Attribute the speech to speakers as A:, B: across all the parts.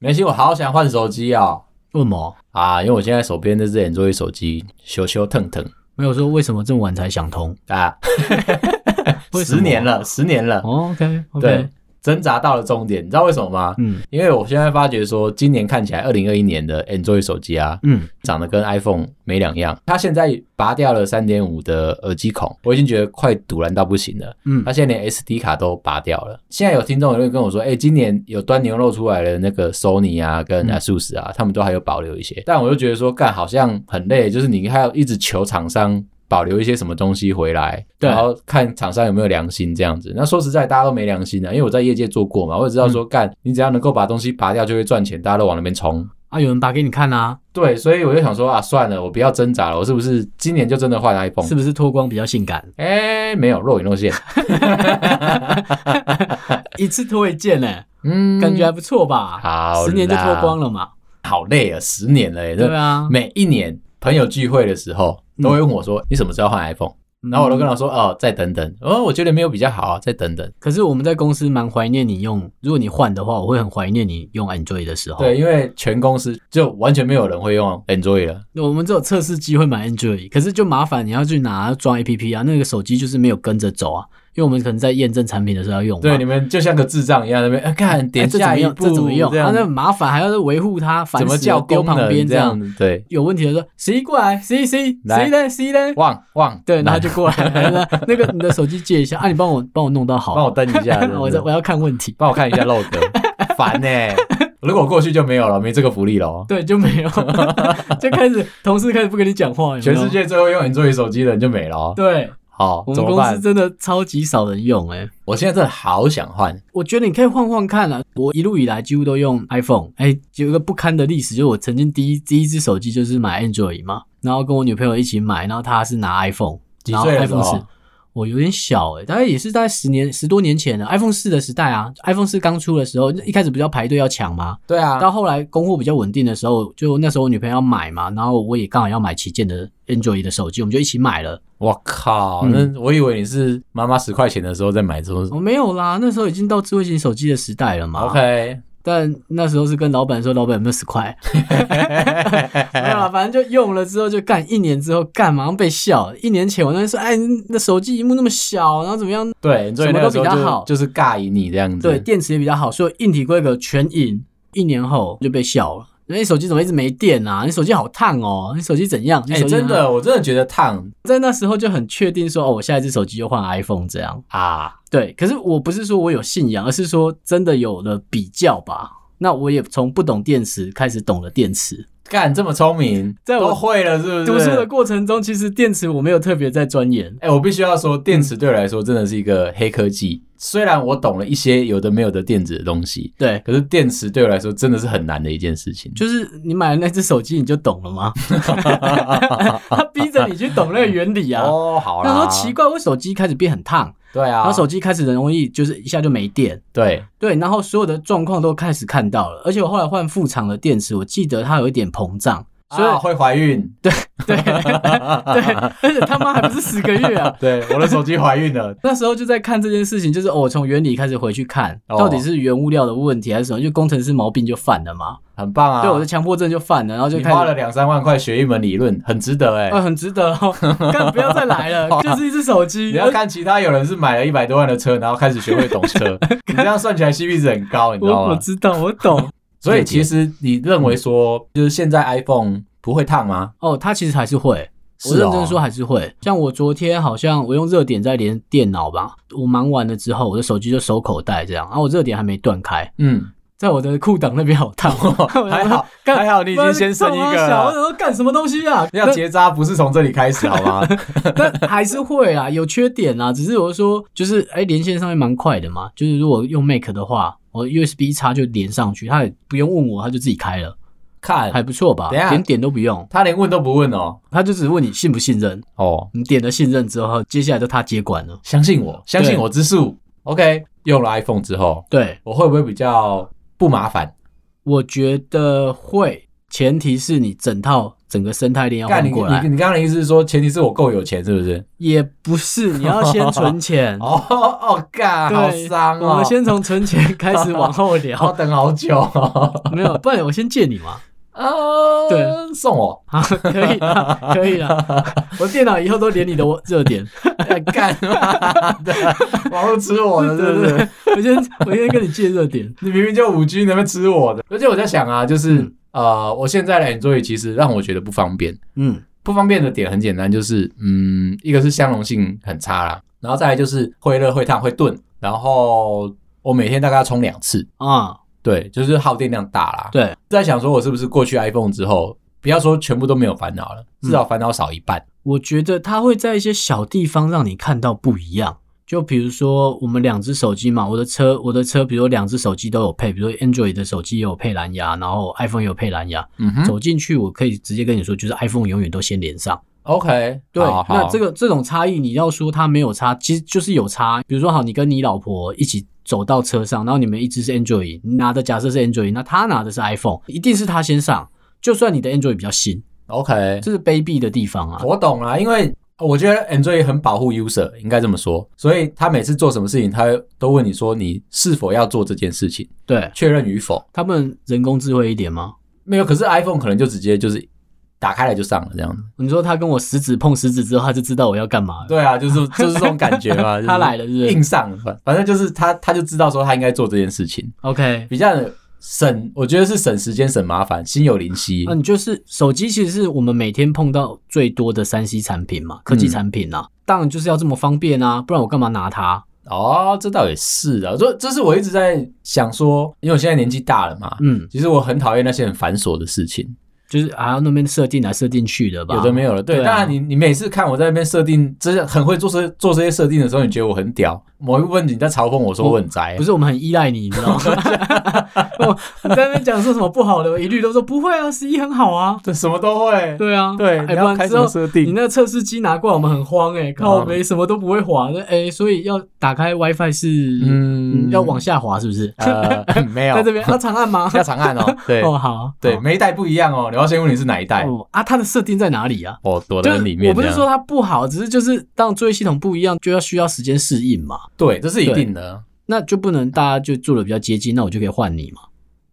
A: 袁心，我好想换手机哦！
B: 为什么？
A: 啊，因为我现在手边这只眼作一手机，羞羞腾腾
B: 没有说为什么这么晚才想通
A: 啊，
B: 为什么
A: 十年了，十年了，
B: 哦？OK
A: 对
B: OK，，
A: 挣扎到了终点，你知道为什么吗？
B: 嗯
A: 因为我现在发觉说，今年看起来二零二一年的 Android 手机啊，
B: 嗯，
A: 长得跟 iPhone 没两样。它现在拔掉了三点五的耳机孔，我已经觉得快堵然到不行了。
B: 嗯
A: 它现在连 SD 卡都拔掉了。现在有听众有人跟我说，哎、今年有端牛肉出来的那个 Sony 啊，
B: 嗯
A: 跟 ASUS 啊，他们都还有保留一些。但我就觉得说，干好像很累，就是你还要一直求厂商。保留一些什么东西回来，
B: 对
A: 然后看厂商有没有良心这样子。那说实在，大家都没良心的、啊因为我在业界做过嘛，我也
B: 嗯
A: 知道说，干你只要能够把东西拔掉就会赚钱，大家都往那边冲。
B: 啊，有人拔给你看啦、
A: 对，所以我就想说啊，算了，我不要挣扎了，我是不是今年就真的换 iPhone？
B: 是不是脱光比较 性感？
A: 哎、没有若隐若 现，
B: 一次脱一件呢、
A: 嗯，
B: 感觉还不错吧？
A: 好啦
B: 十年就脱光了嘛？
A: 好累啊，十年了耶，
B: 对啊，
A: 每一年朋友聚会的时候都会问我说，你什么时候换 iPhone？然后我都跟
B: 嗯
A: 他说，哦，再等等，哦，我觉得没有比较好啊，再等等。
B: 可是我们在公司蛮怀念你用，如果你换的话，我会很怀念你用 Android 的时候。
A: 对，，因为全公司就完全没有人会用 Android 了，
B: 我们只有测试机会买 Android，可是就麻烦你要去拿装 APP 啊，那个手机就是没有跟着走啊，因为我们可能在验证产品的时候要用嘛。
A: 对，你们就像个智障一样，那边啊看
B: 哎
A: 点
B: 这怎
A: 下
B: 么
A: 一
B: 用？
A: 步，
B: 这怎么用？
A: 这
B: 啊
A: 样，
B: 那很麻烦，还要维护它，烦
A: 怎么
B: 死了
A: 叫
B: 丢
A: 功
B: 旁
A: 能
B: 边
A: 这
B: 这样
A: 样？对，
B: 有问题的说谁过来，谁谁
A: 来
B: 谁来谁来，
A: 忘忘，
B: 对，然后
A: 那
B: 就过 来了。那个你的手机借一下啊，你帮我帮我弄到好，
A: 帮我登一下，这样子
B: 我在我要看问题。
A: 帮我看一下漏格，烦呢、如果过去就没有了，没这个福利了。哦
B: 对，就没有，就开始同事开始不跟你讲话，有没有
A: 全世界最会用 Android 手机的人就没了。哦
B: 对
A: 好，
B: 我
A: 怎
B: 们
A: 么
B: 公
A: 办
B: 司？真的超级少人用哎、
A: 我现在真的好想换。
B: 我觉得你可以换换看啊！我一路以来几乎都用 iPhone，哎、有一个不堪的历史，就是我曾经第一第一只手机就是买 Android 嘛，然后跟我女朋友一起买，然后她是拿 iPhone，
A: 几
B: 然后
A: 岁的时
B: iPhone 四
A: 候，
B: 我有点小哎、大概也是大概十年十多年前了，iPhone 四的时代啊，iPhone 四刚出的时候，一开始不是要排队要抢吗？
A: 对啊，
B: 到后来供货比较稳定的时候，就那时候我女朋友要买嘛，然后我也刚好要买旗舰的 Android 的手机，我们就一起买了。
A: 我靠，
B: 嗯
A: 那我以为你是妈妈十块钱的时候再买这种。
B: 哦，没有啦，那时候已经到智慧型手机的时代了嘛。
A: OK，
B: 但那时候是跟老板说，老板有没有 十块？
A: 哎
B: 没有啦，啊反正就用了之后就干，一年之后干，马上被笑。一年前我那边说，哎，你的手机荧幕那么小，然后怎么样？
A: 对，所以
B: 什么
A: 那
B: 都
A: 个时候
B: 比较
A: 就
B: 好
A: 就是尬赢你这样子。
B: 对，电池也比较好，所以硬体规格全赢。一年后就被笑了，那你手机怎么一直没电啊？你手机好烫哦，你手机怎样？你
A: 哎、
B: 手机怎
A: 真
B: 样
A: 的，我真的觉得烫
B: 在那时候就很确定说，哦，我下一只手机就换 iPhone 这样。
A: 啊，
B: 对，可是我不是说我有信仰，而是说真的有了比较吧。那我也从不懂电池开始懂了电池。
A: 干这么聪明，
B: 在我
A: 都会了是不是？
B: 读书的过程中，其实电池我没有特别在钻研。
A: 哎、我必须要说，电池对我来说真的是一个黑科技。虽然我懂了一些有的没有的电子的东西，
B: 对，
A: 可是电池对我来说真的是很难的一件事情。
B: 就是你买了那只手机，你就懂了吗？ 他逼着你去懂那个原理啊。
A: 哦，好
B: 那时
A: 啦，
B: 候奇怪，我手机开始变很烫，
A: 对啊，
B: 然后手机开始很容易就是一下就没电。
A: 对
B: 对，然后所有的状况都开始看到了，而且我后来换副厂的电池，我记得它有一点膨胀，所以、
A: 啊会怀孕，
B: 对 对，而且他妈还不是十个月 啊！。
A: 对，我的手机怀孕了
B: 那时候就在看这件事情，就是哦，我从原理开始回去看，
A: 哦
B: 到底是原物料的问题还是什么？就工程师毛病就犯了嘛，
A: 很棒啊！
B: 对，我的强迫症就犯了，然后就
A: 你
B: 开始
A: 花了两三万块学一门理论，很值得哎、
B: 啊，很值得哦，但不要再来 了，就是一只手机，
A: 你要看其他有人是买了一百多万的车，然后开始学会懂 车，你这样算起来 CP 值很高，你知道
B: 我我
A: 吗？
B: 知道，我 懂。
A: 所以其实你认为说，就是现在 iPhone 不会烫吗？
B: 哦，它其实还是会，我
A: 是哦
B: 认真说还是会。像我昨天好像我用热点在连电脑吧，我忙完了之后，我的手机就收口袋这样，然、啊后我热点还没断开，
A: 嗯，，
B: 在我的裤裆那边好烫
A: 哦 还好，
B: 干
A: 还好你已经先生一
B: 妈
A: 个
B: 的小我
A: 了
B: 想。说干什么东西啊？
A: 要结扎不是从这里开始好 吗？
B: 但还是会啊，有缺点啊。只是我说，就是哎、连线上面蛮快的嘛。就是如果用 Mac 的话，我 USB 插就连上去，它也不用问我，它就自己开了，
A: 看
B: 还不错吧？
A: 等一下
B: 连点都不用，
A: 他连问都不问哦。
B: 它就只问你信不信任。
A: 哦，
B: 你点了信任之后，接下来就他接管了。
A: 相信我，相信我之术。OK，用了 iPhone 之后，
B: 对，
A: 我会不会比较不麻烦？
B: 我觉得会，前提是你整套整个生态链要
A: 干
B: 换
A: 你
B: 过
A: 你
B: 来，
A: 你刚刚的意思是说，前提是我够有钱，是不是？
B: 也不是你要先存钱。
A: 哦哦，干，好
B: 对，
A: 伤哦！
B: 我们先从存钱开始往 后
A: 要
B: 聊，
A: 等好久 哦。
B: 没有，不然我先借你嘛。
A: 哦，
B: 对，
A: 送我
B: 啊，可以啦， 可以啦，我电脑以后都连你的热点。
A: 干妈的，网络吃我的，是不是？，
B: 我先我先跟你借热点。
A: 你明明就五 G，你能不能吃我的？而且我在想啊，就是、呃，我现在的安卓其实让我觉得不方便。
B: 嗯，
A: 不方便的点很简单，就是嗯，一个是相容性很差啦，然后再来就是会热、会烫、会钝，然后我每天大概要充两次，
B: 啊，
A: 对，就是耗电量大啦。
B: 对，
A: 在想说我是不是过去 iPhone 之后，不要说全部都没有烦恼了，至少烦恼少一半。
B: 我觉得它会在一些小地方让你看到不一样。就比如说我们两只手机嘛，我的车我的车，比如两只手机都有配，比如说 Android 的手机也有配蓝牙，然后 iPhone 也有配蓝牙。
A: 嗯哼
B: 走进去，我可以直接跟你说，就是 iPhone 永远都先连上。
A: ，OK，
B: 对，
A: 啊好好
B: 那这个这种差异，你要说它没有差，其实就是有差。比如说，好，你跟你老婆一起走到车上，然后你们一只是 Android，你拿的假设是 Android，那他拿的是 iPhone，一定是他先上。就算你的 Android 比较新，
A: OK，
B: 这是卑鄙的地方啊。
A: 我懂啦，因为我觉得 Android 很保护 user，应该这么说，所以他每次做什么事情，他都问你说你是否要做这件事情，
B: 对
A: 确认与否。
B: 他们人工智慧一点吗？
A: 没有，可是 iPhone 可能就直接就是打开来就上了这样子。
B: 你说他跟我食指碰食指之后，他就知道我要干嘛了。
A: 对啊，就是就是这种感觉 嘛。就是
B: 他来了是不是
A: 硬上了，反反正就是他他就知道说他应该做这件事情，
B: ，OK。
A: 比较省，我觉得是省时间省麻烦，心有灵犀。
B: 那你就是手机，其实是我们每天碰到最多的三 C 产品嘛，科技
A: 嗯
B: 产品啊，当然就是要这么方便啊，不然我干嘛拿它？
A: 哦，这倒也是啊，这这是我一直在想说，因为我现在年纪大了嘛，
B: 嗯，
A: 其实我很讨厌那些很繁琐的事情。
B: 就是还要那边设定来设定去的吧？
A: 有的没有了。对，
B: 对啊
A: 当然你你每次看我在那边设定，真的很会做这做这些设定的时候，你觉得我很屌。某一个问题你在嘲讽我说我很宅
B: 不，是我们很依赖你，你 知道吗？我你在那边讲说什么不好的，我一律都说不会啊，十一很好啊。
A: 这什么都会。
B: 对啊，
A: 对，
B: 哎、
A: 你
B: 不
A: 要
B: 然
A: 开什
B: 之
A: 么
B: 后
A: 设
B: 你
A: 定？
B: 那个测试机拿过来，我们很慌哎、靠，没什么都不会滑的哎、所以要打开 WiFi 是嗯
A: 嗯
B: 要往下滑是 不是？
A: 呃没有
B: 在这边要长按吗？
A: 要长按哦。对
B: 哦好，
A: 对，
B: 好
A: 每一代不一样哦。你要先问你是哪一代，
B: 哦啊，它的设定在哪里啊？
A: 哦，躲
B: 就
A: 在
B: 是
A: 里面。
B: 我不是说，它不好，只是就是当作业系统不一样，就要需要时间适应嘛。
A: 对，这是一定的。
B: 那就不能大家就做的比较接近，那我就可以换你嘛。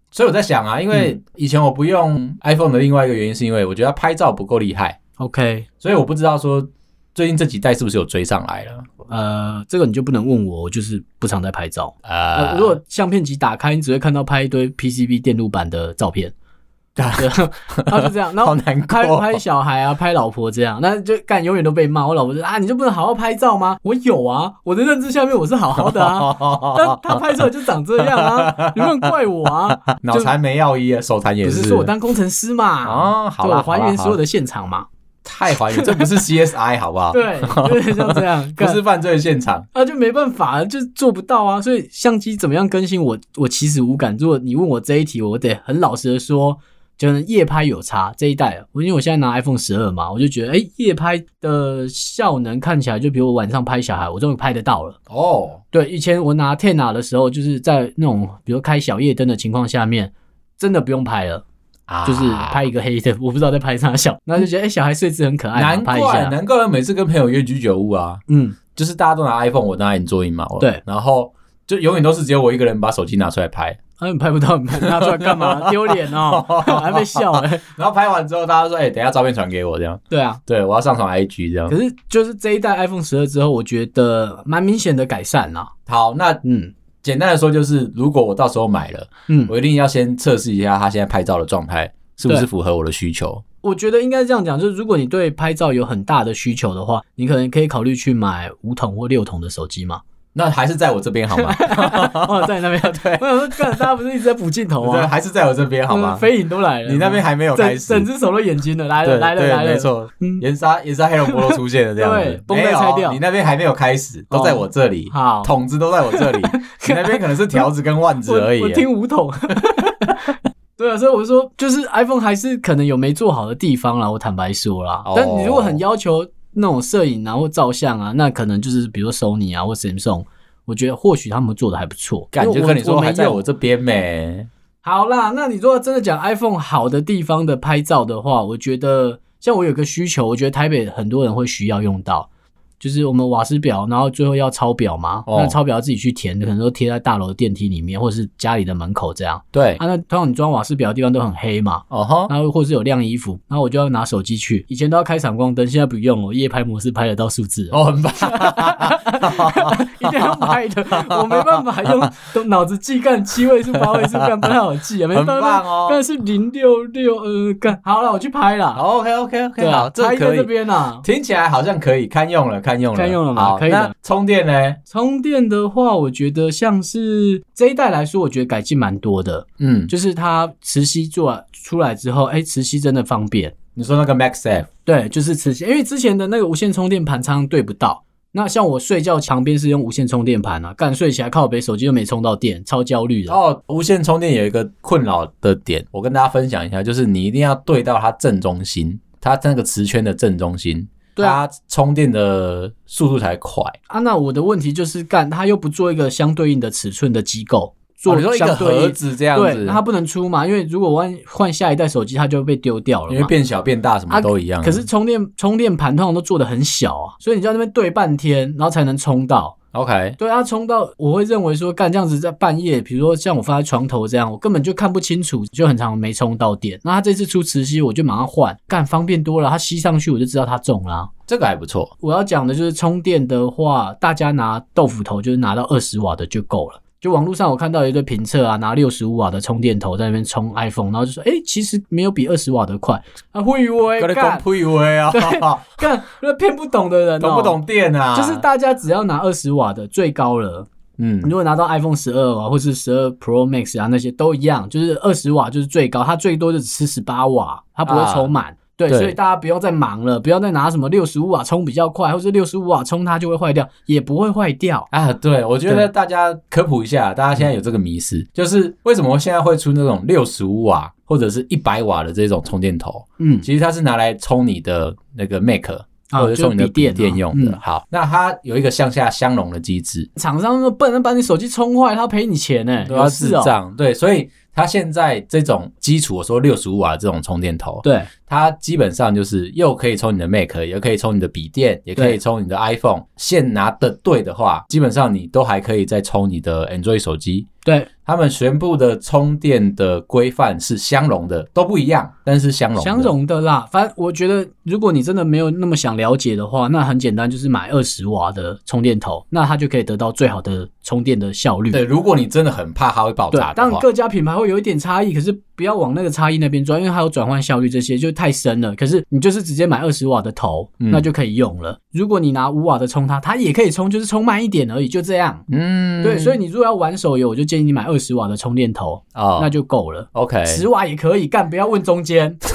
A: 所以我在想啊，因为
B: 嗯
A: 以前我不用 iPhone 的另外一个原因，是因为我觉得它拍照不够厉害，
B: OK，
A: 所以我不知道说最近这几代是不是有追上来了。
B: 呃，这个你就不能问我，我就是不常在拍照。呃，
A: 呃，
B: 如果相片集打开，你只会看到拍一堆 PCB 电路板的照 片，对，然后啊就这样，然
A: 好
B: 后
A: 难过
B: 拍拍小孩啊，拍老婆这样，那就干永远都被骂。我老婆就啊，你就不能好好拍照吗？我有啊，我的认知下面我是好好的 啊，但他拍出来就长这样啊，你不能怪我啊，
A: 脑残没药医啊，手残也
B: 不是说我当工程师嘛，
A: 哦，好
B: 对，
A: 啦，
B: 我还
A: 好啦
B: 原所有，
A: 好啦
B: 的现场嘛，
A: 太还原，这不是 CSI 好不好？，
B: 对，就是像这 样，
A: 不
B: 干
A: 是犯罪现场。
B: 啊，就没办法，就做不到啊。所以相机怎么样更新我，我其实无感。如果你问我这一题，我得很老实的说，就是夜拍有差。这一代，啊我因为我现在拿 iPhone 十二嘛，我就觉得，哎、夜拍的效能看起来就比我晚上拍小孩，我终于拍得到了。
A: 哦，
B: 对，以前我拿 Ten a 的时候，就是在那种比如开小夜灯的情况下面，真的不用拍了，
A: 啊
B: 就是拍一个黑的，我不知道在拍啥小，那就觉得哎、诶小孩睡姿很可爱嘛，
A: 难
B: 拍一
A: 怪，
B: 下。
A: 难怪每次跟朋友约居酒屋啊，
B: 嗯，
A: 就是大家都拿 iPhone，我拿 Android 嘛，我
B: 对，
A: 然后就永远都是只有我一个人把手机拿出来拍，
B: 啊，你拍不到，你拿出来 干嘛？丢脸哦，还被笑哎、
A: 然后拍完之后大家说，哎，等一下照片传给我这样，
B: 对啊，
A: 对我要上传 IG 这样
B: 可。是就是这一代 iPhone 十二之后，我觉得蛮明显的改善啦。
A: 好，那
B: 嗯
A: 简单的说就是，如果我到时候买了，
B: 嗯，
A: 我一定要先测试一下它现在拍照的状态是不
B: 对
A: 是符合我的需求。
B: 我觉得应该这样讲，就是如果你对拍照有很大的需求的话，你可能可以考虑去买五筒或六筒的手机嘛。
A: 那还是在我这边好吗？
B: 哦，在你那边 对，我想说，干，大家不是一直在补镜头
A: 对，
B: 吗？
A: 还是在我这边好吗
B: 啊嗯？飞影都来了，嗯
A: 你那边还没有开
B: 整
A: 始，
B: 整只手都眼睛了，来了
A: 对
B: 来了
A: 对
B: 来了，
A: 没错
B: 嗯，
A: 盐沙盐沙黑龙波都出现了这样
B: 对
A: 子，
B: 绷带
A: 没
B: 拆掉
A: 有，你那边还没有开始，
B: 哦
A: 都在我这里，
B: 好
A: 筒子都在我这 里，你那边可能是条子跟腕子
B: 我
A: 而已
B: 我。听五筒。 对啊，所以我说，就是 iPhone 还是可能有没做好的地方啦。我坦白说啦，
A: 哦
B: 但你如果很要求那种摄影啊或照相啊，那可能就是比如说 Sony 啊或 Samsung，我觉得或许他们做的还不错。
A: 感
B: 因为
A: 觉
B: 我
A: 跟你说
B: 我没
A: 还在
B: 用
A: 我这边没，
B: 好啦，那你如果真的讲 iPhone 好的地方的拍照的话，我觉得像我有个需求，我觉得台北很多人会需要用到，就是我们瓦斯表，然后最后要抄表嘛，
A: 哦
B: 那抄表要自己去填，可能都贴在大楼的电梯里面，或者是家里的门口这样。
A: 对，
B: 啊，那通常你装瓦斯表的地方都很黑嘛，
A: 哦吼，
B: 然后或者是有晾衣服，然后我就要拿手机去，以前都要开闪光灯，现在不用了，夜拍模式拍得到数字了，
A: 哦，很 棒，
B: 一定要拍 的，我没办法用都脑子记干七位数八位数干不太好记啊，没办
A: 很
B: 法
A: 棒。哦
B: 但是零六六呃干好了，我去拍啦，
A: 好，OK OK
B: 对
A: OK，
B: 啊，
A: 好，这
B: 拍
A: 个可
B: 在这
A: 以，
B: 边啊。
A: 听起来好像可以，堪用了，堪用了，
B: 堪用了嘛
A: 好，
B: 可以的
A: 那充电呢？
B: 充电的话，我觉得像是这一代来说，我觉得改进蛮多的，
A: 嗯，
B: 就是它磁吸做出来之后，哎、磁吸真的方便。
A: 你说那个 MagSafe，
B: 对，就是磁吸，因为之前的那个无线充电盘常常对不到。那像我睡觉旁边是用无线充电盘啊，干睡起来靠北手机又没充到电，超焦虑的。
A: 哦，无线充电有一个困扰的点，我跟大家分享一下，就是你一定要对到它正中心，它那个磁圈的正中心，
B: 对啊
A: 它充电的速度才快。
B: 啊，那我的问题就是干，它又不做一个相对应的尺寸的机构，
A: 哦
B: 做
A: 你说一个
B: 相对应、
A: 盒子这样
B: 对，
A: 子，
B: 那它不能出嘛，因为如果我换换下一代手机，它就会被丢掉了
A: 因为
B: 嘛。
A: 变小变大什么都一样。
B: 啊可是充电充电盘通常都做的很小啊，所以你就在那边对半天，然后才能充到。
A: OK，
B: 对啊，充到我会认为说干这样子在半夜，比如说像我放在床头这样，我根本就看不清楚，就很常没充到电。那他这次出磁吸，我就马上换，干方便多了。它吸上去我就知道它中啦、
A: 这个还不错。
B: 我要讲的就是充电的话，大家拿豆腐头就是拿到二十瓦的就够了。就网络上我看到有一堆评测啊，拿六十五瓦的充电头在那边充 iPhone，然后就说，哎、其实没有比二十瓦的快啊，会不会
A: 跟你讲
B: 干
A: 不以为 啊，
B: 干，那骗不懂的人、哦
A: 懂不？懂电啊？
B: 就是大家只要拿二十瓦的最高了，
A: 嗯
B: 你如果拿到 iPhone 十二啊，或是十二 Pro Max 啊，那些都一样，就是二十瓦就是最高，它最多就只吃十八瓦，它不会充满。对，
A: 啊对
B: 所以大家不要再忙了，不要再拿什么六十五瓦充比较快，或是六十五瓦充它就会坏掉，也不会坏掉。
A: 啊，对，我觉
B: 嗯对嗯
A: 得大家科普一下，大家现在有这个迷思，就是为什么现在会出那种六十五瓦或者是一百瓦的这种充电头，
B: 嗯，
A: 其实它是拿来充你的那个 Mac。
B: 啊
A: 或者是充你的
B: 就是笔电啊
A: 电用的，
B: 嗯
A: 好，那它有一个向下相容的机制，
B: 厂商说不能把你手机充坏，他赔你钱呢、
A: 都
B: 有
A: 要
B: 事
A: 智
B: 哦、
A: 障，对，所以它现在这种基础，我说六十五瓦的这种充电头，
B: 对
A: 它基本上就是又可以充你的 Mac，也可以充你的笔电，也可以充你的 iPhone。线拿的对的话，基本上你都还可以再充你的 Android 手机。
B: 对，
A: 他们全部的充电的规范是相容的，都不一样，但是相容的。
B: 相容的啦。反正我觉得，如果你真的没有那么想了解的话，那很简单，就是买二十瓦的充电头，那它就可以得到最好的充电的效率。
A: 对，如果你真的很怕它会爆
B: 对
A: 炸，的
B: 当
A: 话
B: 然，各家品牌会有一点差异，可是不要往那个差异那边钻，因为它有转换效率这些，就太深了。可是你就是直接买二十瓦的头，
A: 嗯
B: 那就可以用了。如果你拿五瓦的充它，它也可以充，就是充慢一点而已，就这样。
A: 嗯，
B: 对，所以
A: 以
B: 你如果要玩手游，我就建议你买二十瓦的充电头，
A: 哦，哎
B: 那就够了。
A: OK，
B: 十瓦也可以干，不要问中间。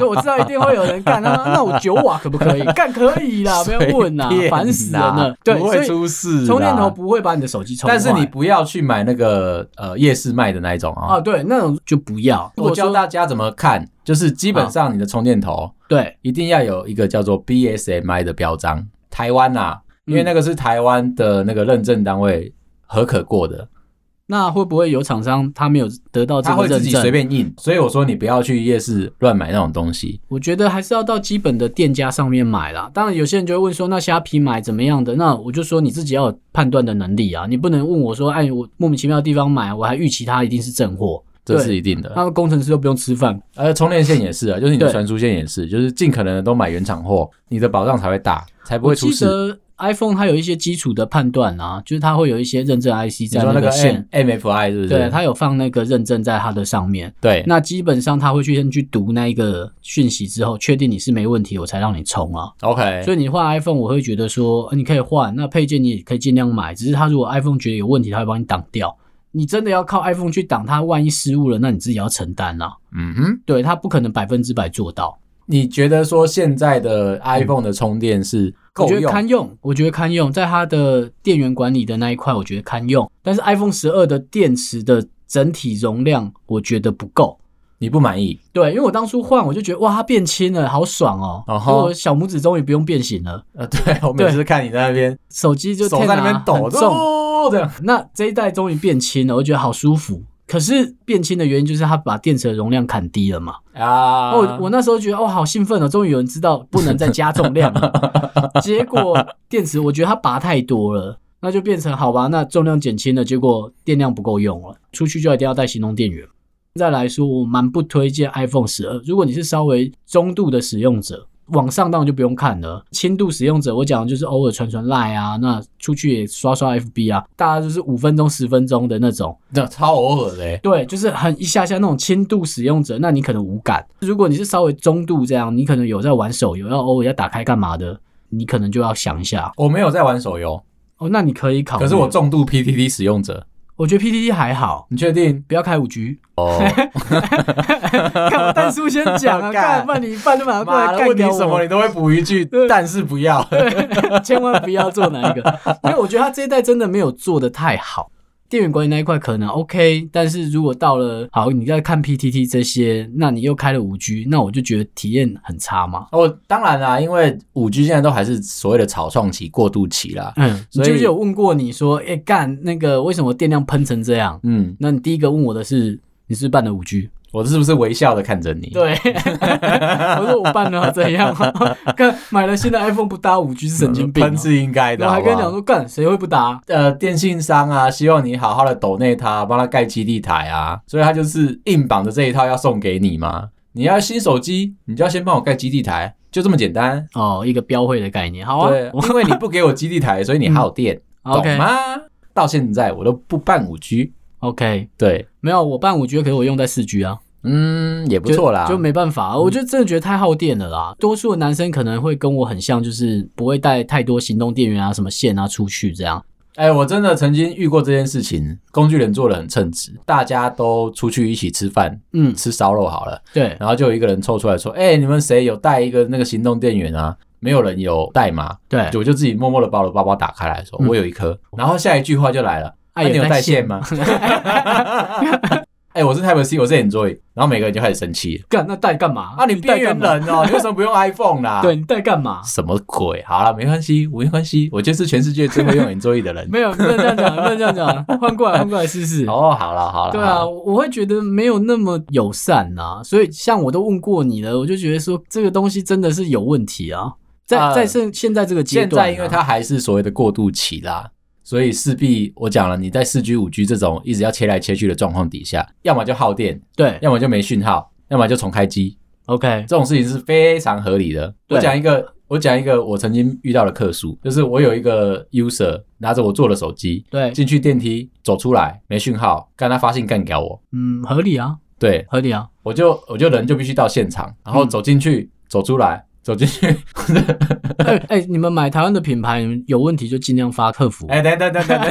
B: 就我知道一定会有人干，那那我九瓦可不可以？干可以 啦，啊不要问啦
A: 随便，
B: 烦死人
A: 啦
B: 了。对，
A: 啊不
B: 所
A: 会
B: 以
A: 出事啦。
B: 充电头不会把你的手机充坏，
A: 但是你不要去买那个呃夜市卖的那一种啊、
B: 啊，对，那种就不要。如
A: 我
B: 果
A: 教
B: 说啊
A: 大家怎么看，就是基本上你的充电头
B: 对，
A: 一定要有一个叫做 BSMI 的标章，台湾呐、啊，
B: 嗯
A: 因为那个是台湾的那个认证单位合可过的，
B: 那会不会有厂商他没有得到这
A: 他
B: 个
A: 会自
B: 认
A: 己
B: 证？
A: 随便印，所以我说你不要去夜市乱买那种东西。
B: 我觉得还是要到基本的店家上面买啦。当然，有些人就会问说，那虾皮买怎么样的？那我就说你自己要有判断的能力啊，你不能问我说，哎，我莫名其妙的地方买，我还预期它一定是正货。
A: 这
B: 对
A: 是一定的，
B: 那工程师都不用吃饭，
A: 而充电线也是啊，就是你的
B: 对
A: 传输线也是，就是尽可能的都买原厂货，你的保障才会大，才不
B: 我
A: 会出
B: 记
A: 事。
B: 得 iPhone 它有一些基础的判断啊，就是它会有一些认证 IC
A: 你
B: 在
A: 说那个
B: 个
A: M
B: 线，
A: MFI 是不是？
B: 对，它有放那个认证在它的上面。
A: 对，
B: 那基本上它会去先去读那一个讯息之后，确定你是没问题，我才让你充啊。
A: OK，
B: 所以你换 iPhone，我会觉得说，呃你可以换，那配件你也可以尽量买，只是它如果 iPhone 觉得有问题，它会帮你挡掉。你真的要靠 iPhone 去挡它，万一失误了，那你自己要承担啦、
A: 嗯哼。
B: 对，它不可能百分之百做到。
A: 你觉得说现在的 iPhone 的充电是
B: 我
A: 够
B: 觉得
A: 用？
B: 堪用，我觉得堪用，在它的电源管理的那一块，我觉得堪用。但是 iPhone 十二的电池的整体容量，我觉得不够。
A: 你不满意？
B: 对，因为我当初换，我就觉得哇，它变轻了，好爽哦！
A: 哦吼
B: 所以我小拇指终于不用变形了，
A: 呃，对我每次看你在那边
B: 手机就
A: 手在那
B: 10啊
A: 边抖，
B: 很重。
A: 哦这样
B: 那这一代终于变轻了，我觉得好舒服。可是变轻的原因就是它把电池的容量砍低了嘛。
A: 啊，
B: 哦，我我那时候觉得哦，好兴奋哦，终于有人知道不能再加重量了。结果电池，我觉得它拔太多了，那就变成好吧，那重量减轻了，结果电量不够用了，出去就一定要带行动电源。再来说，我蛮不推荐 iPhone 十二，如果你是稍微中度的使用者。往上当然就不用看了，轻度使用者我讲的就是偶尔传传 Line 啊，那出去也刷刷 FB 啊，大家就是五分钟十分钟的那种，
A: 那超偶尔的欸，
B: 对，就是很一下下那种轻度使用者，那你可能无感。如果你是稍微中度这样，你可能有在玩手游，要偶尔要打开干嘛的，你可能就要想一下。
A: 我没有在玩手游，
B: 哦，那你可以考虑。
A: 可是我重度 PTT 使用者，
B: 我觉得 PPT 还好，
A: 你确定？
B: 不要开五 G。
A: 哦，
B: 看我蛋叔先讲 啊，
A: 干
B: 干，不然你一半就马上过
A: 妈
B: 来
A: 的，
B: 干
A: 问你
B: 掉
A: 什么
B: 我。
A: 你都会补一 句，但是不要。
B: 千万不要做哪一个，因为我觉得他这一代真的没有做的太好。电源管理那一块可能 OK，但是如果到了好，你在看 PTT 这些，那你又开了五 G，那我就觉得体验很差嘛。
A: 哦，当然啦，因为五 G 现在都还是所谓的草创期、过渡期啦。
B: 嗯，
A: 所
B: 你
A: 以
B: 记不记得我问过你说，哎、干那个为什么电量喷成这样？
A: 嗯，
B: 那你第一个问我的是，你是不是办了五 G？
A: 我是不是微笑的看着你？，
B: 对， 我说我办了啊，怎样啊？干买了新的 iPhone 不搭五 G 是神经病、啊
A: 喷。是应该的。
B: 我还跟你讲
A: 好不好，
B: 说，干谁会不搭？
A: 呃，电信商啊，希望你好好的抖内他，帮他盖基地台啊，所以他就是硬绑着这一套要送给你嘛。你要新手机，你就要先帮我盖基地台，就这么简单。
B: 哦，一个标会的概念，好啊嗯啊
A: 对，因为你不给我基地台，所以你还有 电，懂
B: ，OK
A: 吗？到现在我都不办五 G，
B: OK，
A: 对，
B: 没有我办五 G，可是我用在四 G 啊，
A: 嗯，也不
B: 不
A: 错啦，
B: 就没办法、啊，我就真的觉得太耗电了啦。多数的男生可能会跟我很像，就是不会带太多行动电源啊、什么线啊出去这样。
A: 哎、我真的曾经遇过这件事情，工具人做的很称职，大家都出去一起吃饭，
B: 嗯，
A: 吃烧肉好了，
B: 对，
A: 然后就有一个人凑出来说：“哎、你们谁有带一个那个行动电源啊？”没有人有带嘛，
B: 对，
A: 我就自己默默的把我的包包打开来说：“
B: 嗯
A: 我有一颗。”然后下一句话就来了：“啊，
B: 啊
A: 你
B: 有
A: 有
B: 带
A: 带
B: 线
A: 线吗？” 哎、我是 Type C，我是 Android，然后每个人就开始生气了
B: 干那带干嘛？
A: 啊，你边
B: 带干
A: 缘
B: 嘛？
A: 人哦，你为什么不用 iPhone 啦？
B: 对，你带干嘛？
A: 什么鬼？好了，没关系，没关系，我就是全世界最会用 Android 的人。
B: 没有，不能这样讲，不能这样讲，换过来，换过来试试。
A: 哦，好了好了，
B: 对
A: 好
B: 啊，
A: 啦
B: 我我会觉得没有那么友善呐、所以像我都问过你了，我就觉得说这个东西真的是有问题啊。在、
A: 啊
B: 在现现在这个阶
A: 现
B: 段啊、
A: 在因为它还是所谓的过渡期啦，所以势必我讲了，你在四 G、五 G 这种一直要切来切去的状况底下，要么就耗电，
B: 对
A: 要么就没讯号，要么就重开机，
B: ，OK，
A: 这种事情是非常合理的。
B: 对
A: 我讲一个，我讲一个我曾经遇到的客诉，就是我有一个 user 拿着我做的手机
B: 对，
A: 进去电梯，走出来没讯号，干他发信干掉我，
B: 嗯，合理啊，
A: 对
B: 合理啊，
A: 我就我就人就必须到现场，然后
B: 嗯
A: 走进去，走出来，走进 去，
B: 哎、哎你们买台湾的品牌，你们有问题就尽量发客服。
A: 哎、等等等等等。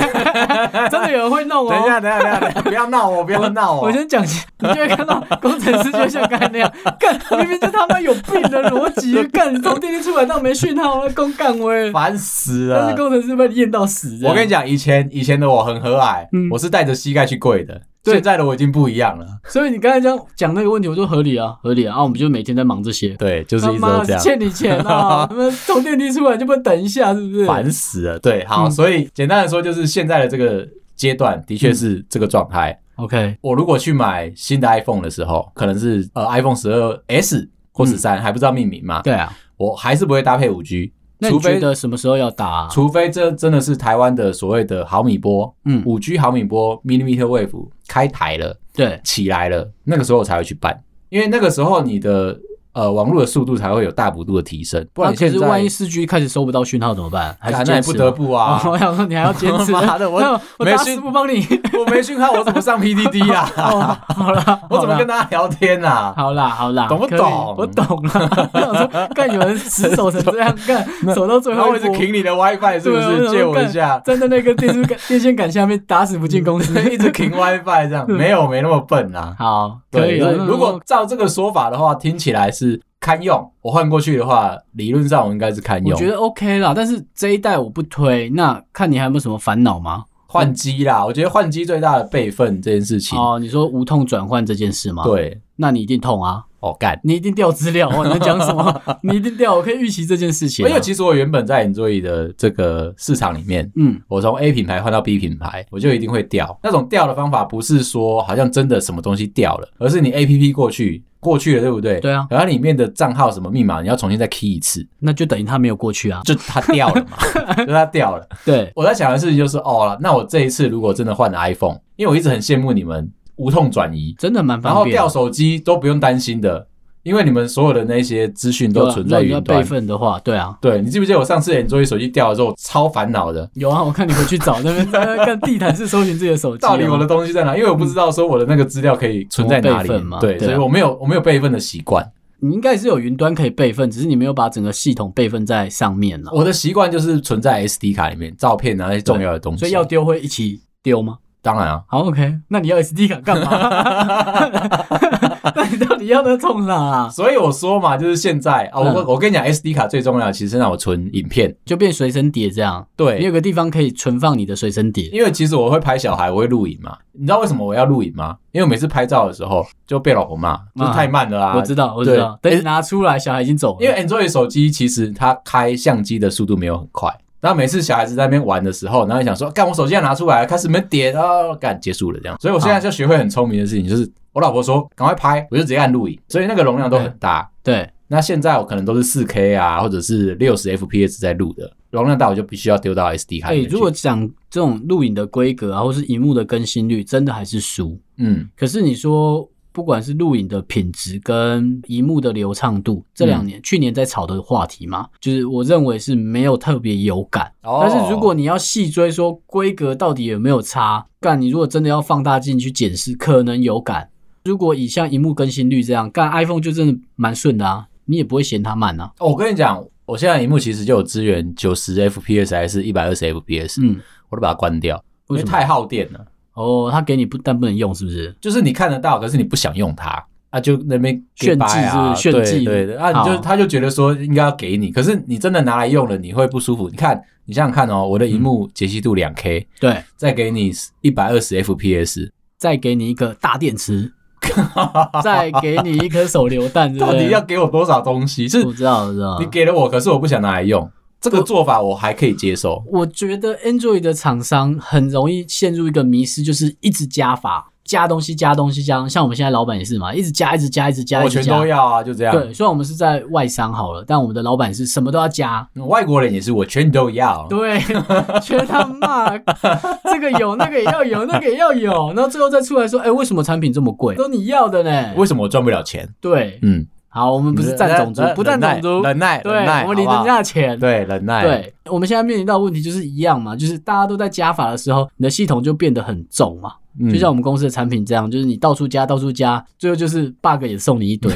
B: 真的有人会弄哦。
A: 等一下，等一下，等一下等一下，不要闹我，不要闹我。
B: 我先讲清，你就会看到工程师就像刚才那样，干明明就他妈有病的逻辑，干你从电梯出来到没讯号，我公干 威，
A: 烦死
B: 但
A: 了
B: 是。工程师被你验到死。
A: 啊我跟你
B: 讲，
A: 讲，以前以前的我很和蔼，
B: 嗯
A: 我是带着膝盖去跪的。
B: 对
A: 现在的我已经不一样了。
B: 所以你刚才讲讲那个问题，我说合理啊，合理啊，然后我们就每天在忙这些，
A: 对， 就是
B: 他
A: 一直
B: 妈
A: 都这
B: 的
A: 样，
B: 欠你钱啊！他们从电梯出来就不能等一下，是不 是？
A: 烦死了。对，好，
B: 嗯
A: 所以简单的说，就是现在的这个阶段的确是这个状
B: 嗯
A: 态。
B: OK，
A: 我如果去买新的 iPhone 的时候，可能是呃 iPhone 十二 S 或十三、还不知道命名嘛，
B: 嗯对啊。
A: 我还是不会搭配五 G，
B: 那你
A: 除
B: 觉
A: 非
B: 得什么时候要打啊？
A: 除非这真的是台湾的所谓的毫米波，
B: 嗯，
A: 五 G 毫米波 millimeter wave 开台了。
B: 对，
A: 起来了，那个时候我才会去办，因为那个时候你的呃网络的速度才会有大幅度的提升，不
B: 那
A: 然
B: 啊可
A: 现
B: 是
A: 在、
B: 万一四 G 开始收不到讯号怎么办？还
A: 啊
B: 是
A: 那也
B: 坚持
A: 不得
B: 哦吗
A: 不啊
B: ，我想说你还要坚 持，
A: 妈的我
B: 那我
A: 没
B: 打
A: 讯
B: 死不帮你。
A: 我没讯号，我怎么上 PDD 啊？
B: 哦，好啦，
A: 我怎么
B: 好啦
A: 跟大家聊天啊？
B: 好啦，好啦，
A: 懂不
B: 可以
A: 懂
B: 我懂了。 我想说，干有人死守成这样， 干守到最
A: 然后
B: 后
A: 我
B: 一
A: 一直
B: 波，
A: 停你的 WiFi 是不
B: 对我想
A: 是？
B: 说
A: 借我一下
B: 干，站在那 个电视杆电线杆下面，打死不进公司。
A: 一直停 WiFi 这样，没有没那么笨啊。
B: 好， 可
A: 对，
B: 以嗯
A: 所
B: 了。
A: 以
B: 那
A: 如果照这个说法的话，听起来是堪用。我换过去的话，理论上我应该是堪
B: 我
A: 用。
B: 觉得 OK 啦，但是这一代我不推。那看你还有没有什么烦恼吗？
A: 换机啦，我觉得换机最大的备份这件事情，
B: 哦哦，你说无痛转换这件事吗？，
A: 对，
B: 那你一定痛啊。
A: 哦干。
B: 你一定掉 资料，哦哇你在讲什么？你一定掉，我可以预期这件事情、
A: 因
B: 啊。
A: 为其实我原本在 Enjoy 的这个市场里面，
B: 嗯，
A: 我从 A 品牌换到 B 品牌，我就一定会掉。那种掉的方法不是说好像真的什么东西掉了，而是你 A P P 过去过去了，对不对？
B: 对啊
A: 然后里面的账号什么密码你要重新再 key 一次，
B: 那就等于他没有过去啊。
A: 就它掉了嘛， 就它掉了。
B: 对，
A: 我在想的事情就是，哦，那我这一次如果真的换了 iPhone，因为我一直很羡慕你们无痛转移，
B: 真的蛮
A: 然后
B: 方便的。
A: 掉手机都不用担心的，因为你们所有的那些资讯
B: 对啊
A: 都存在
B: 如果
A: 云
B: 你要备
A: 端。
B: 份的话，对啊，
A: 对你记不记得我上次 Enjoy 手机掉了之后超烦恼的，
B: 有啊，我看你回去找那边看地毯式搜寻自己的手机啊、
A: 到底我的东西在哪？因为我不知道说我的那个资料可以存在哪里
B: 怎么备份嘛，
A: 对，
B: 对啊
A: 所以我没有我没有备份的习惯。
B: 你应该是有云端可以备份，只是你没有把整个系统备份在上面了，
A: 我的习惯就是存在 SD 卡里面，照片啊那些重要的东西。
B: 所以要丢会一起丢吗？
A: 当然啊，
B: 好，OK，那你要 SD 卡干 嘛？那你到底要它冲啥啊？
A: 所以我说嘛，就是现在啊，我、
B: 嗯
A: 我跟你讲，SD 卡最重要的其实是让我存影片。
B: 就变随身碟这样，
A: 对，
B: 你有个地方可以存放你的随身碟。
A: 因为其实我会拍小孩，我会录影嘛。你知道为什么我要录影吗？因为每次拍照的时候就被老婆骂，就是太慢了啊。
B: 我知
A: 道，
B: 道，我知道，
A: 对
B: 等你拿出来，小孩已经走了。
A: 因为 Android 手机其实它开相机的速度没有很快。然后每次小孩子在那边玩的时候，然后你想说，干我手机要拿出来，开始没点啊，干结束了这样。所以我现在就学会很聪明的事情，就是我老婆说赶快拍，我就直接按录影，所以那个容量都很大。
B: 对，
A: 那现在我可能都是四 K 啊，或者是六十 FPS 在录的，容量大我就必须要丢到 SD 卡
B: 哎、
A: 里面去。
B: 如果讲这种录影的规格啊，或是荧幕的更新率，真的还是输。
A: 嗯，
B: 可是你说，不管是录影的品质跟荧幕的流畅度，这两
A: 嗯
B: 年、去年在炒的话题嘛，就是我认为是没有特别有感。
A: 哦
B: 但是如果你要细追说规格到底有没有差，干你如果真的要放大镜去检视，可能有感。如果以像荧幕更新率这样，干 iPhone 就真的蛮顺的啊，你也不会嫌它慢啊。
A: 哦我跟你讲，我现在荧幕其实就有支援九十 FPS 还是一百二十 FPS，、
B: 嗯，
A: 我都把它关掉，因
B: 为
A: 为
B: 什么
A: 太耗电了。
B: 哦，它给你不但不能用，是不是？
A: 就是你看得到，可是你不想用它啊，就那边
B: 炫技
A: goodbye 啊
B: 是不是炫技
A: 对对对，啊，你就
B: 好
A: 他就觉得说应该要给你，可是你真的拿来用了，你会不舒服。你看，你想想看哦，我的荧幕解析度两 K，、
B: 对，
A: 再给你一百二十 FPS，
B: 再给你一个大 电池，再给你一颗手榴弹，对不
A: 到
B: 对
A: 底要给我多少东西？是
B: 我知道，我知道。
A: 你给了我，可是我不想拿来用，这个做法我还可以接受。
B: 我觉得 Android 的厂商很容易陷入一个迷失，就是一直加法，加东西，加东西，加东西。像我们现在老板也是嘛，一直加，一直加，一直加，
A: 我
B: 一直
A: 全
B: 加
A: 都。要啊，就这样。
B: 对，虽然我们是在外商好了，但我们的老板是什么都要加。
A: 外国人也是，我全都要。
B: 对， 缺他妈，这个有，那个也要有，那个也要有，然后最后再出来说，哎、为什么产品这么贵？都你要的呢？
A: 为什么我赚不了钱？
B: 对，
A: 嗯，
B: 好，我们不是占种族，不占种族，
A: 忍耐，
B: 对，
A: 忍耐，
B: 我们领
A: 好
B: 人
A: 不好
B: 家的钱，
A: 对忍耐，，
B: 对，我们现在面临到的问题就是一样嘛，就是大家都在加法的时候，你的系统就变得很重嘛。
A: 嗯
B: 就像我们公司的产品这样，就是你到处加，到处加，最后就是 bug 也送你一 堆，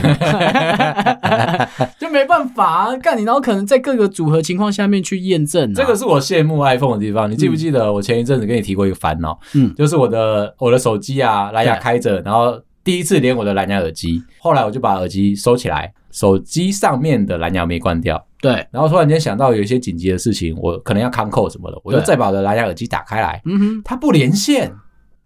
B: 就没办法、啊、干你，然后可能在各个组合情况下面去验证、啊。
A: 这个是我羡慕 iPhone 的地方。你记不记得我前一阵子跟你提过一个烦恼？
B: 嗯
A: 就是我的我的手机啊，蓝牙
B: 对
A: 开着，然后第一次连我的蓝牙耳机，后来我就把耳机收起来，手机上面的蓝牙没关掉。
B: 对，
A: 然后突然间想到有一些紧急的事情，我可能要康扣什么的，我就
B: 对
A: 再把我的蓝牙耳机打开来，
B: 嗯哼，
A: 它不连线，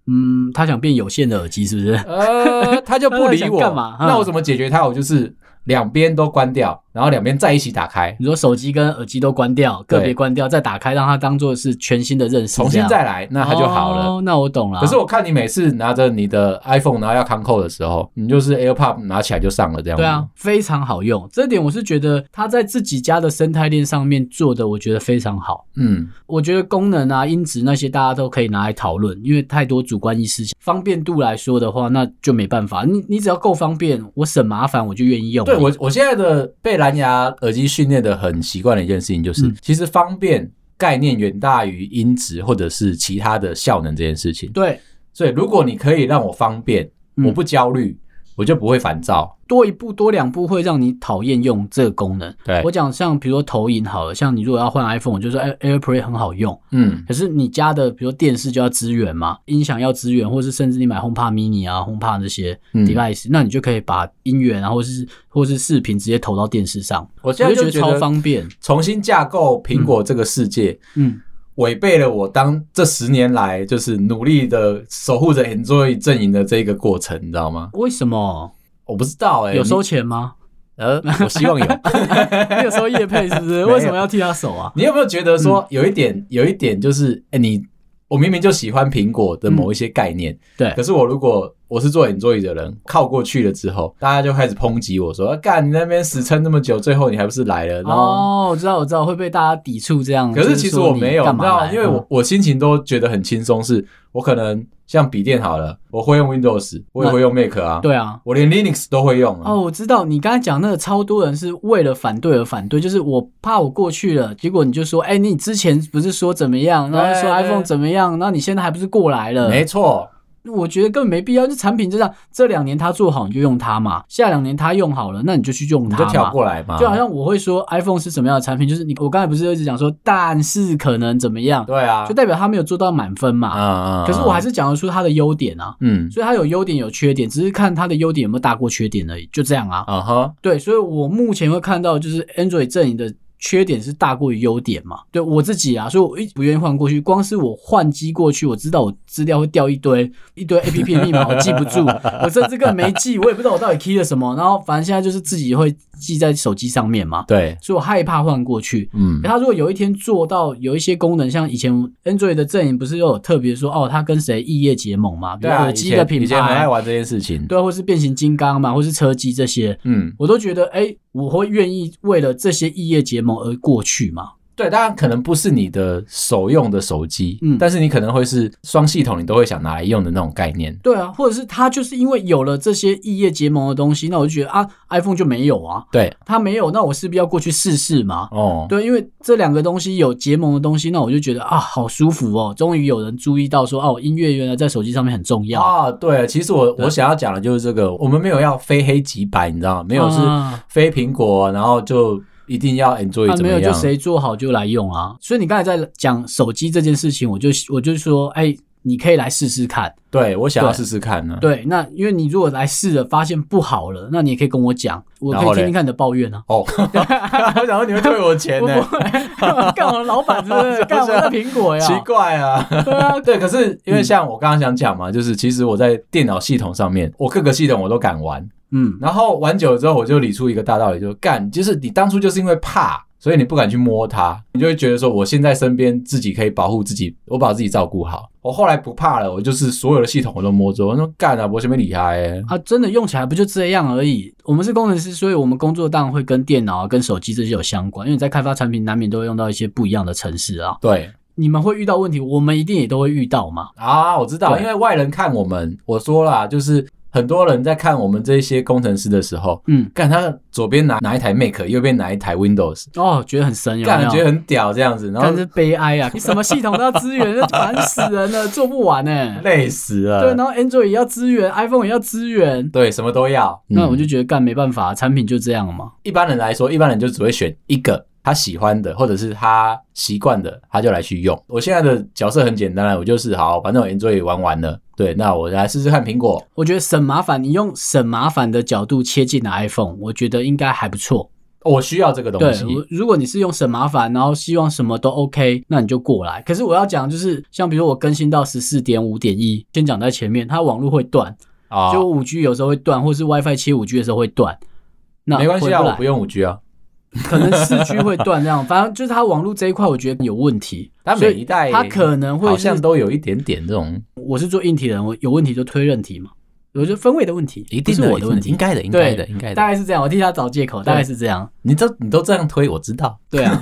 B: 嗯，他想变有线的耳机是 不是？
A: 呃，他就不
B: 他在
A: 理
B: 想
A: 我，
B: 干嘛嗯
A: 那我怎么解决它？我就是两边都关掉，然后两边在一起打开，
B: 你说手机跟耳机都关掉，
A: 对
B: 个别关掉，再打开，让它当做是全新的认识，
A: 重新
B: 这样，
A: 再来，那它就好了。
B: 哦、那我懂了。
A: 可是我看你每次拿着你的 iPhone 然后要康扣的时候，你就是 AirPod 拿起来就上了这样。
B: 对啊，，非常好用。这点我是觉得它在自己家的生态链上面做的，我觉得非常好。
A: 嗯，
B: 我觉得功能啊、音质那些大家都可以拿来讨论，因为太多主观意识。方便度来说的话，那就没办法。你你只要够方便，我省麻烦，我就愿意用。
A: 对，我我现在的被蓝牙耳机训练的很习惯的一件事情，就是、
B: 嗯
A: 其实方便概念远大于音质或者是其他的效能这件事情。
B: 对
A: 所以如果你可以让我方便，
B: 嗯
A: 我不焦虑，我就不会烦躁。
B: 多一步多两步会让你讨厌用这个功能。
A: 对
B: 我，讲像比如说投影好了，像你如果要换 iPhone，我就说 Air- AirPlay 很好用。
A: 嗯，
B: 可是你家的，比如电视就要支援嘛，音响要支援，或是甚至你买 HomePod Mini 啊、HomePod 这些
A: 嗯
B: device，、那你就可以把音源啊，或是或是视频直接投到电视上，
A: 我
B: 我
A: 现在
B: 就
A: 就
B: 觉
A: 觉
B: 得
A: 得
B: 超方便。
A: 重新架构苹果这个世界，
B: 嗯，
A: 违背了我当这十年来就是努力的守护着 Enjoy 阵营的这一个过程，你知道吗？
B: 为什么？
A: 我不知道哎、
B: 有收
A: 你
B: 钱吗？
A: 呃， 我希望有。
B: 你有收叶配是 不是？
A: 有
B: 为什么要替他手啊？
A: 你有没有觉得说有一点，有一点就是，哎、你我明明就喜欢苹果的某一些概念，
B: 对
A: 可是我如果我是做 Enjoy 的人，靠过去了之后，大家就开始抨击我说，啊干你那边死撑那么久，最后你还不是来了？然后、
B: 哦，我知道，我知道，会被大家抵触这样。
A: 可
B: 就是
A: 其实我没有，
B: 说
A: 你知
B: 你干嘛嗯
A: 道，
B: 来？哦
A: 因为我我心情都觉得很轻松，是我可能像笔电好了，我会用 Windows，我也会用 Mac 啊
B: 嗯，对啊。
A: 我连 Linux 都会用啊
B: 哦，。我知道你刚才讲那个超多人是为了反对而反对，就是我怕我过去了，结果你就说，哎、你之前不是说怎么样，然后
A: 对
B: 说
A: 对
B: iPhone 怎么样，然后你现在还不是过来了？
A: 没错，
B: 我觉得根本没必要，就产品就这样，这两年他做好你就用它嘛，下两年他用好了，那你就去用
A: 你
B: 它
A: 就
B: 嘛。
A: 调过来嘛。
B: 就好像我会说 iPhone 是什么样的产品，就是你我刚才不是一直讲说，但是可能怎么样，
A: 对啊，
B: 就代表它没有做到满分嘛。
A: 啊
B: 可是我还
A: 是
B: 是讲得出它的优点啊，
A: 嗯
B: 所以它有优点有缺点，只是看它的优点有没有大过缺点而已，就这样啊。
A: 啊哈，
B: 对，所以我目前会看到就是 Android 阵营的缺点是大过于优点嘛。对我自己啊，所以我一直不愿意换过去。光是我换机过去，我知道我资料会掉一堆一堆 A P P 的密码，我记不住，我甚至更没记，我也不知道我到底 key 了什么。然后反正现在就是自己会记在手机上面嘛，
A: 对，
B: 所以我害怕换过去。
A: 嗯
B: 它如果有一天做到有一些功能，像以前 Android 的阵营不是又有特别说哦，它跟谁异业结盟嘛，比
A: 对
B: 如
A: 啊，
B: 耳
A: 以
B: 机
A: 前
B: 的品
A: 以前很爱
B: 牌，
A: 玩这件事情。
B: 对，或是变形金刚嘛，或是车机这些，
A: 嗯，
B: 我都觉得，哎、我会愿意为了这些异业结盟而过去嘛？
A: 对，当然可能不是你的首用的手机，
B: 嗯
A: 但是你可能会是双系统，你都会想拿来用的那种概念。
B: 对啊，或者是他就是因为有了这些异业结盟的东西，那我就觉得啊，iPhone 就没有啊，
A: 对，
B: 它没有，那我势必要过去试试嘛。
A: 哦，
B: 对，因为这两个东西有结盟的东西，那我就觉得啊，好舒服哦！终于有人注意到说，哦，音乐原来在手机上面很重要。
A: 啊，对，其实我
B: 对
A: 我想要讲的就是这个，我们没有要非黑即白，你知道吗？没有是
B: 啊
A: 非苹果，然后就一定要 enjoy
B: 啊，
A: 怎
B: 没
A: 么
B: 有就
A: 样？
B: 谁做好就来用啊。所以你刚才在讲手机这件事情，我就我就说，哎、你可以来试试看。
A: 对我想要
B: 对
A: 试试看呢。
B: 对，那因为你如果来试了，发现不好了，那你也可以跟我讲，我
A: 然
B: 可
A: 后
B: 以
A: 嘞
B: 听听看你的抱怨 啊。
A: 哦，我想说你会退我钱
B: 我
A: 呢
B: 不，会 干我老板是不
A: 啊
B: 是？干我的苹果呀？
A: 奇怪啊。
B: 对啊，
A: 对，可是因为像我刚刚想讲嘛，就是其实我在电脑系统上面，我各个系统我都敢玩，
B: 嗯，
A: 然后玩久了之后，我就理出一个大道理，就是干，就是你当初就是因为怕，所以你不敢去摸它，你就会觉得说，我现在身边自己可以保护自己，我把自己照顾好。我后来不怕了，我就是所有的系统我都摸着，我说干啊，我前面厉害欸，
B: 啊，真的用起来不就这样而已。我们是工程师，所以我们工作当然会跟电脑啊、跟手机这些有相关，因为你在开发产品，难免都会用到一些不一样的程式啊。
A: 对。
B: 你们会遇到问题，我们一定也都会遇到嘛。
A: 啊，我知道，
B: 对
A: 因为外人看我们，我说啦，就是很多人在看我们这些工程师的时候，
B: 嗯，
A: 干他左边拿拿一台 Mac，右边拿一台 Windows，
B: 哦，觉得很深，有没
A: 干觉得
B: 有？
A: 很屌这样子，然
B: 但
A: 后
B: 是悲哀啊！你 什么系统都要支援，那烦死人了，做不完呢、欸
A: 累死了，
B: 对，然后 Android 也要支援，iPhone 也要支援。
A: 对什么都要。
B: 那
A: 嗯
B: 我就觉得干没办法，产品就这样嘛。
A: 一般人来说，一般人就只会选一个他喜欢的，或者是他习惯的，他就来去用。我现在的角色很简单啊了，我就是好，反正我 Enjoy 玩完了，对，那我来试试看苹果。
B: 我觉得省麻烦，你用省麻烦的角度切进了 iPhone，我觉得应该还不错。
A: 我需要这个东
B: 对
A: 西，，
B: 我如果你是用省麻烦，然后希望什么都 OK，那你就过来。可是我要讲就是，像比如我更新到十四点五点一，先讲在前面，它网络会断，
A: 啊
B: 就五 G 有时候会断，或是 WiFi 切五 G 的时候会断。那
A: 没关系啊，
B: 回
A: 我
B: 来
A: 不用五 G 啊。
B: 可能四 G 会断这样， 反正就是它网络这一块我觉得有问题。
A: 它
B: 所
A: 每
B: 以
A: 一代
B: 它可能会
A: 好
B: 是
A: 像都有一点点这种
B: 我是做硬体的人，我有问题就推论题嘛，我就分位的问题，
A: 一定
B: 不是
A: 的
B: 我的问题
A: 应，该的，应
B: 对
A: 该的，应该
B: 大
A: 的。
B: 概是这样，我替他找借口，大概是这样，
A: 你都你都这样推，我知道。
B: 对 啊，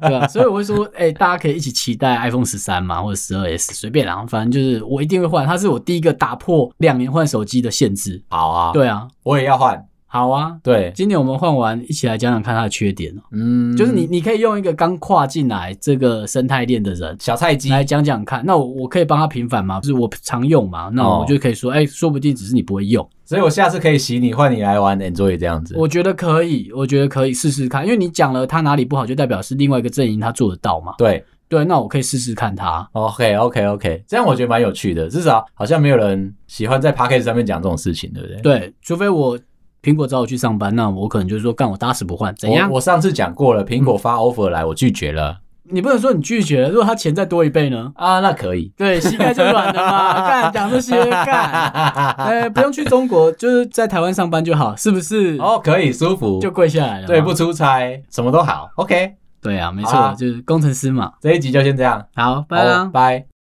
B: 对啊，所以我会说，哎、大家可以一起期待 iPhone 十三嘛，或者十二 S，随便啦，反正就是我一定会换，它是我第一个打破两年换手机的限制，
A: 好啊，
B: 对啊，
A: 我也要换。
B: 好啊。
A: 对，
B: 今年我们换完，一起来讲讲看它的缺点哦。
A: 嗯，
B: 就是你，你可以用一个刚跨进来这个生态链的人，
A: 小菜鸡，
B: 来讲讲看。那我我可以帮他平反吗？就是我常用嘛，那我
A: 哦
B: 就可以说，哎、说不定只是你不会用。
A: 所以我下次可以洗你，换你来玩 Enjoy 这样子。
B: 我觉得可以，我觉得可以试试看，因为你讲了他哪里不好，就代表是另外一个阵营他做得到嘛。
A: 对
B: 对，那我可以试试看他。
A: ，OK OK OK，这样我觉得蛮有趣的，至少好像没有人喜欢在 p a c k a g e 上面讲这种事情，对不对？
B: 对，除非我苹果找我去上班，那我可能就说干，我打死不换，怎样
A: 我？我上次讲过了，苹果发 offer 来，我拒绝了。
B: 你不能说你拒绝了，如果他钱再多一倍呢？
A: 啊，那可以。
B: 对，膝盖就软了嘛，干讲这些干，哎、不用去中国，就是在台湾上班就好，是不是？
A: 哦，可以舒服，
B: 就跪下来了嘛。
A: 对，不出差，什么都好。OK，
B: 对啊，没
A: 好啊
B: 错，就是工程师嘛。
A: 这一集就先这样，
B: 好，拜啦。
A: 好拜。